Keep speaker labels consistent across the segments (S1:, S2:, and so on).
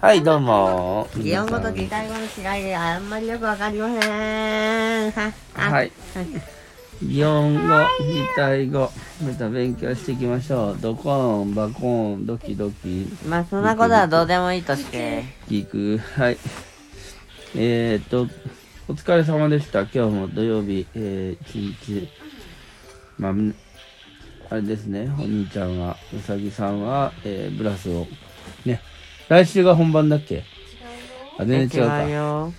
S1: はい、どうも。
S2: 擬音語と擬態語の違いであんまりよくわかりません。は
S1: は。い。擬音語、擬態語、また勉強していきましょう。ドコーン、バコーン、ドキドキ、
S2: まあそんなことはどうでもいいとして。
S1: ギク。はい。えー、っと、お疲れ様でした。今日も土曜日、えー、一日。まあ、みあれですね、お兄ちゃんは、うさぎさんは、えー、ブラスを。ね。来週が本番だっけあ、全然違うか。
S2: 違うよ。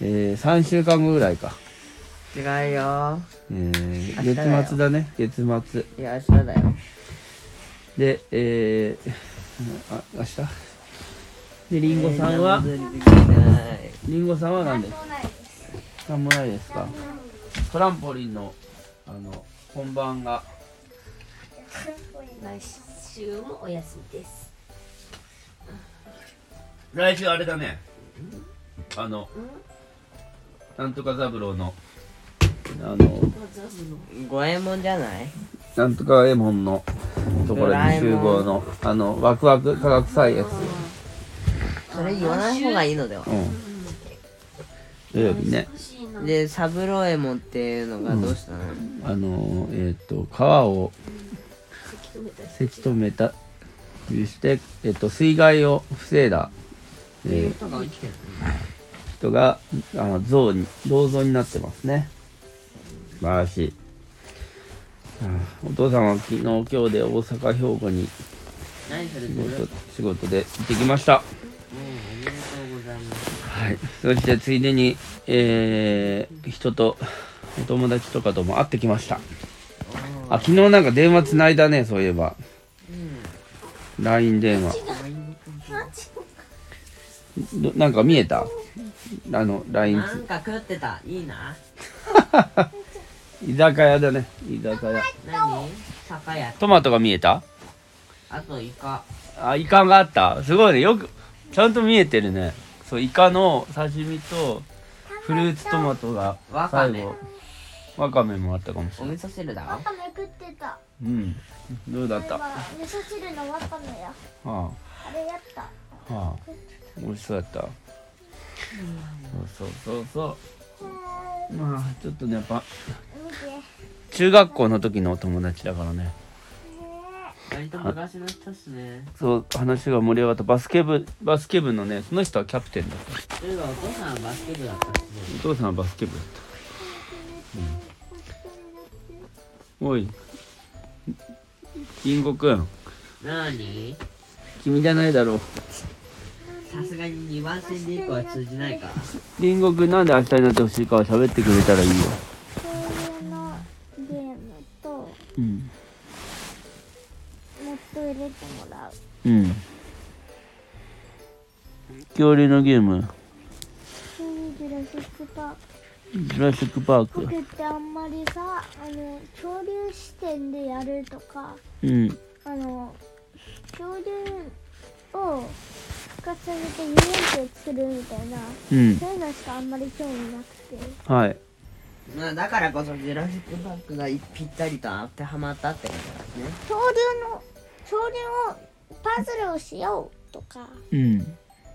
S1: えー、3週間後ぐらいか。
S2: 違うよ。
S1: えー、
S2: 明日だよ
S1: 月末だね月末
S2: いや、明日だよ。
S1: でえー、あ明日でリンゴさんは、リンゴさんは何です何もないですかトランポリンのあの本番が
S3: 来週もお休みです。
S1: 来週あれだねあのなんとか三郎のあの
S2: 五右衛門じゃない
S1: なんとかエモンのところ
S2: ドラ
S1: に
S2: えもん
S1: 集合のあのワクワク科学サイエンス
S2: それ言わない方がいいのでは。
S1: うん土曜日ね
S2: で、サブロエモンっていうのがどうしたの、
S1: あのえっ、と川をせき止めたりして、えっと水害を防いだ、えー人があの像に銅像になってますね素晴らしいあーお父さんは昨日今日で大阪兵庫に
S2: 何それ
S1: 仕事仕事で行ってきました
S2: おめでとうございます。
S1: はい、そしてついでに、えー人とお友達とかとも会ってきましたあ昨日なんか電話つないだねそういえば LINE 電話どなんか見えたあの LINE
S2: なんか食ってた。いいな。
S1: 居酒屋だね居酒屋
S2: 何酒屋。
S1: トマトが見えた
S2: あとイカ。
S1: あイカがあったすごいねよくちゃんと見えてるねそうイカの刺身とフルーツトマトが
S2: わか
S1: 最
S2: め
S1: 後わかめもあったかもし
S2: お
S1: れない
S2: 味噌汁だわ
S3: わ。かめ食ってた。
S1: うんどうだった
S3: 今味噌汁のわかめや。
S1: あ
S3: あれやった。
S1: あ、はあ、美味しそうだった。そうそうそうそう。まあちょっとねやっぱ
S3: 見て。ね
S1: 中学校の時のお友達だからね。
S2: 割と昔の人っすね。
S1: そう話が盛り上がったバスケ部バスケ部のねその人はキャプテンだった。
S2: そういえばお父さんはバスケ部だったっすね。
S1: お父さんはバスケ部だった。おい、リンゴくん
S2: なに
S1: 君じゃないだろう。
S2: さすがに2番線で以降は通じないか。
S1: リンゴくんなんで明日になってほしいかは喋ってくれたらいいよ。
S3: こういうのゲームとも
S1: うん。
S3: っと入れてもらう。
S1: うん。恐竜のゲーム、
S3: それにジュラシックパーク。
S1: ジュラシックパーク。
S3: 僕ってあんまりさ、あの恐竜視点でやるとか、
S1: うん。
S3: あの恐竜を復活させて遊園地を作るみたいな。
S1: うん。
S3: そういうのしかあんまり興味なくて。
S1: はい。
S2: まあだからこそジュラシックパークがぴったりと当てはまったってことですね。
S3: 恐竜の、恐竜を、パズルをしようとか、
S1: うん。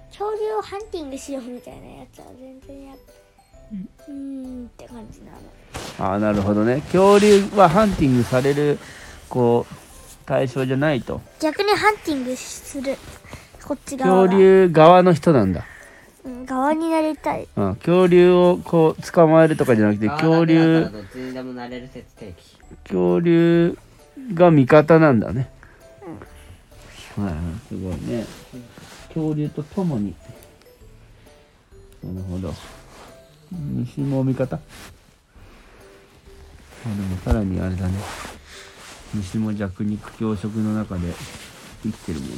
S3: 恐竜をハンティングしようみたいなやつは全然やっうーんって感じなの。
S1: ああ、なるほどね。恐竜はハンティングされる、こう、対象じゃないと。
S3: 逆にハンティングする。こっち側
S1: 恐
S3: は。
S1: 竜側の人なんだ。
S3: うん、側になりたい。
S1: うん、恐竜をこう捕まえるとかじゃなくて恐
S2: 川だ
S1: 竜
S2: けだったらどっちにでもなれる説定期。
S1: 恐竜が味方なんだね、はいはいすごいね恐竜と共になるほど虫も味方あでもさらにあれだね虫も弱肉強食の中で生きてるもんね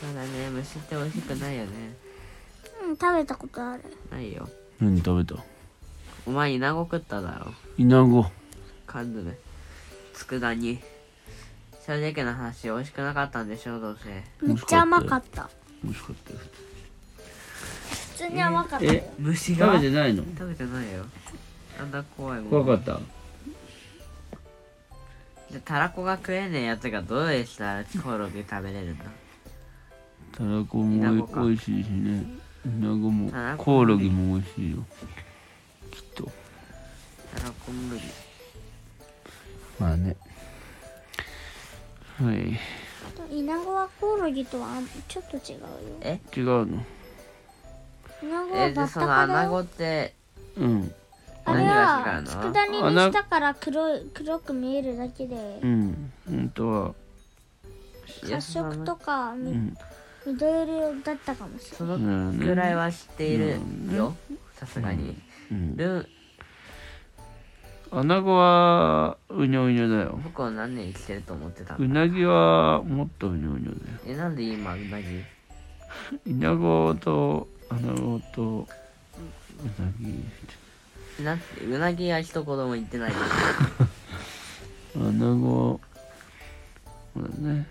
S2: そうだね、虫って美味しくないよね。
S3: うん、食べたことある。
S2: ないよ。
S1: 何食べた
S2: お前イナゴ食っただろ。
S1: イナゴ
S2: 缶詰。佃煮。正直な話、美味しくなかったんでしょう、どうせ。
S3: めっちゃ甘かった。
S1: 美味しかったよ
S3: 普通に甘かったよ
S1: え。
S2: 虫が
S1: 食べてないの
S2: 食べてないよ。あんな怖いもん。
S1: 怖かった
S2: でたらこが食えねえやつがどうしたらコオロギ食べれるんだ
S1: たらこも美味しいしねイナゴも
S2: たらこ
S1: コオロギも美味しいよきっと
S2: たらこむり
S1: まあねはい
S3: とイナゴはコオロギとはちょっと違うよ
S2: え
S1: 違うの
S3: イナゴは
S2: えで
S3: バッタ
S2: その
S3: 科だ
S2: 穴子
S3: よ
S2: って
S1: うん
S3: あれ
S2: 何
S3: は
S2: が違うの
S3: 佃煮にしたから黒い黒く見えるだけで
S1: うん本当は
S3: 褐色とか
S1: う
S3: み
S1: ん
S3: 緑色だったかもしれ
S2: そ
S1: な
S2: の
S1: るほどね
S2: ぐらいは知っているよさすがに
S1: うん
S2: ルン
S1: アナゴはうにょうにょだよ
S2: 僕は何年生きてると思ってた
S1: うなぎはもっとうにょうにょだよ
S2: えなんで今うなぎ
S1: イナゴとアナゴとうなぎ
S2: なんてうなぎは一言も言ってないよ
S1: アナゴそうだね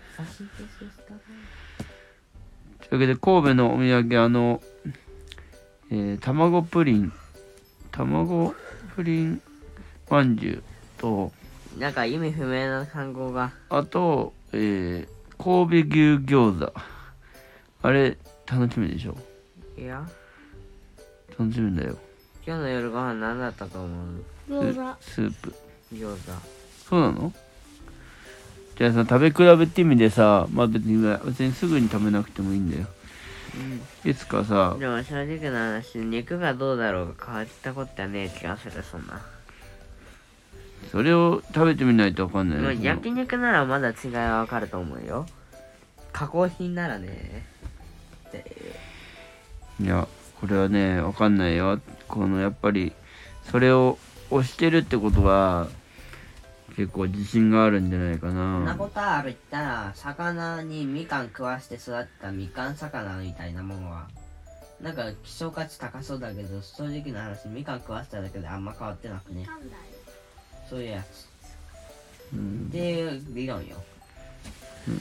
S1: というわけで神戸のお土産あの、えー卵プリン卵プリンまんじゅうと
S2: なんか意味不明な単語が
S1: あと、えー神戸牛餃子あれ楽しみでしょ
S2: いや
S1: 楽しみだよ
S2: 今日の夜ご飯何だったと思う
S3: ない餃
S1: スープ
S2: 餃子
S1: そうなのじゃあさ食べ比べって意味でさまあ別に別にすぐに食べなくてもいいんだよいつかさ
S2: でも正直な話肉がどうだろうが変わったことはねえ気がするそんな、
S1: それを食べてみないと分かんない
S2: まあ
S1: よ
S2: 焼肉ならまだ違いはわかると思うよ加工品ならね
S1: いやこれはね分かんないよこのやっぱりそれを押してるってことは結構自信があるんじゃないか
S2: そんな
S1: な
S2: ことある言ったら魚にみかん食わして育ったみかん魚みたいなものはなんか希少価値高そうだけど正直な話みかん食わしただけであんま変わってなくねそういうやつ
S1: うん
S2: っていう理論よ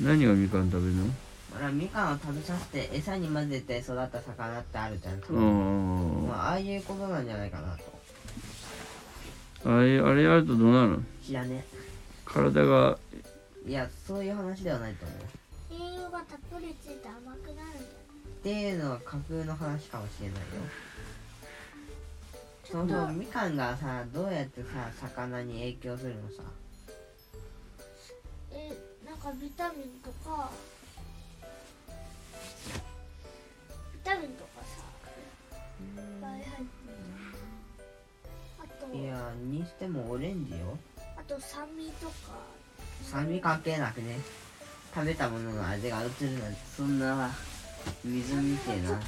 S1: 何がみかん食べるの
S2: 俺はみかんを食べさせて餌に混ぜて育った魚ってあるじゃん、
S1: あ
S2: まあああいうことなんじゃないかなと
S1: ああれあれやるとどうなるの
S2: 知らね
S1: 体が
S2: いやそういう話ではないと思う
S3: 子栄養がたっぷりついて甘くなるんだよ
S2: っていうのは架空の話かもしれないよそもそもみかんがさどうやってさ魚に影響するのさ
S3: えなんかビタミンとかビタミンとかさいっぱい入ってる
S2: い
S3: あ
S2: やにしてもオレンジよ
S3: とあと酸味とか
S2: 酸味関係なくね食べたものの味が移るなんてそんな水みて えな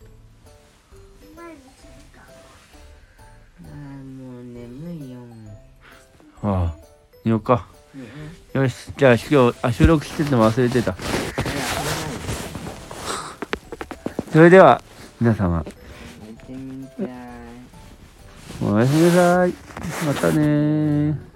S3: うまいのするか
S2: あーもう眠いよ
S1: ああ寝ようかよしじゃあ今日あ収録してても忘れてたそれでは皆様
S2: 寝てみたい
S1: おやすみなさいまたねー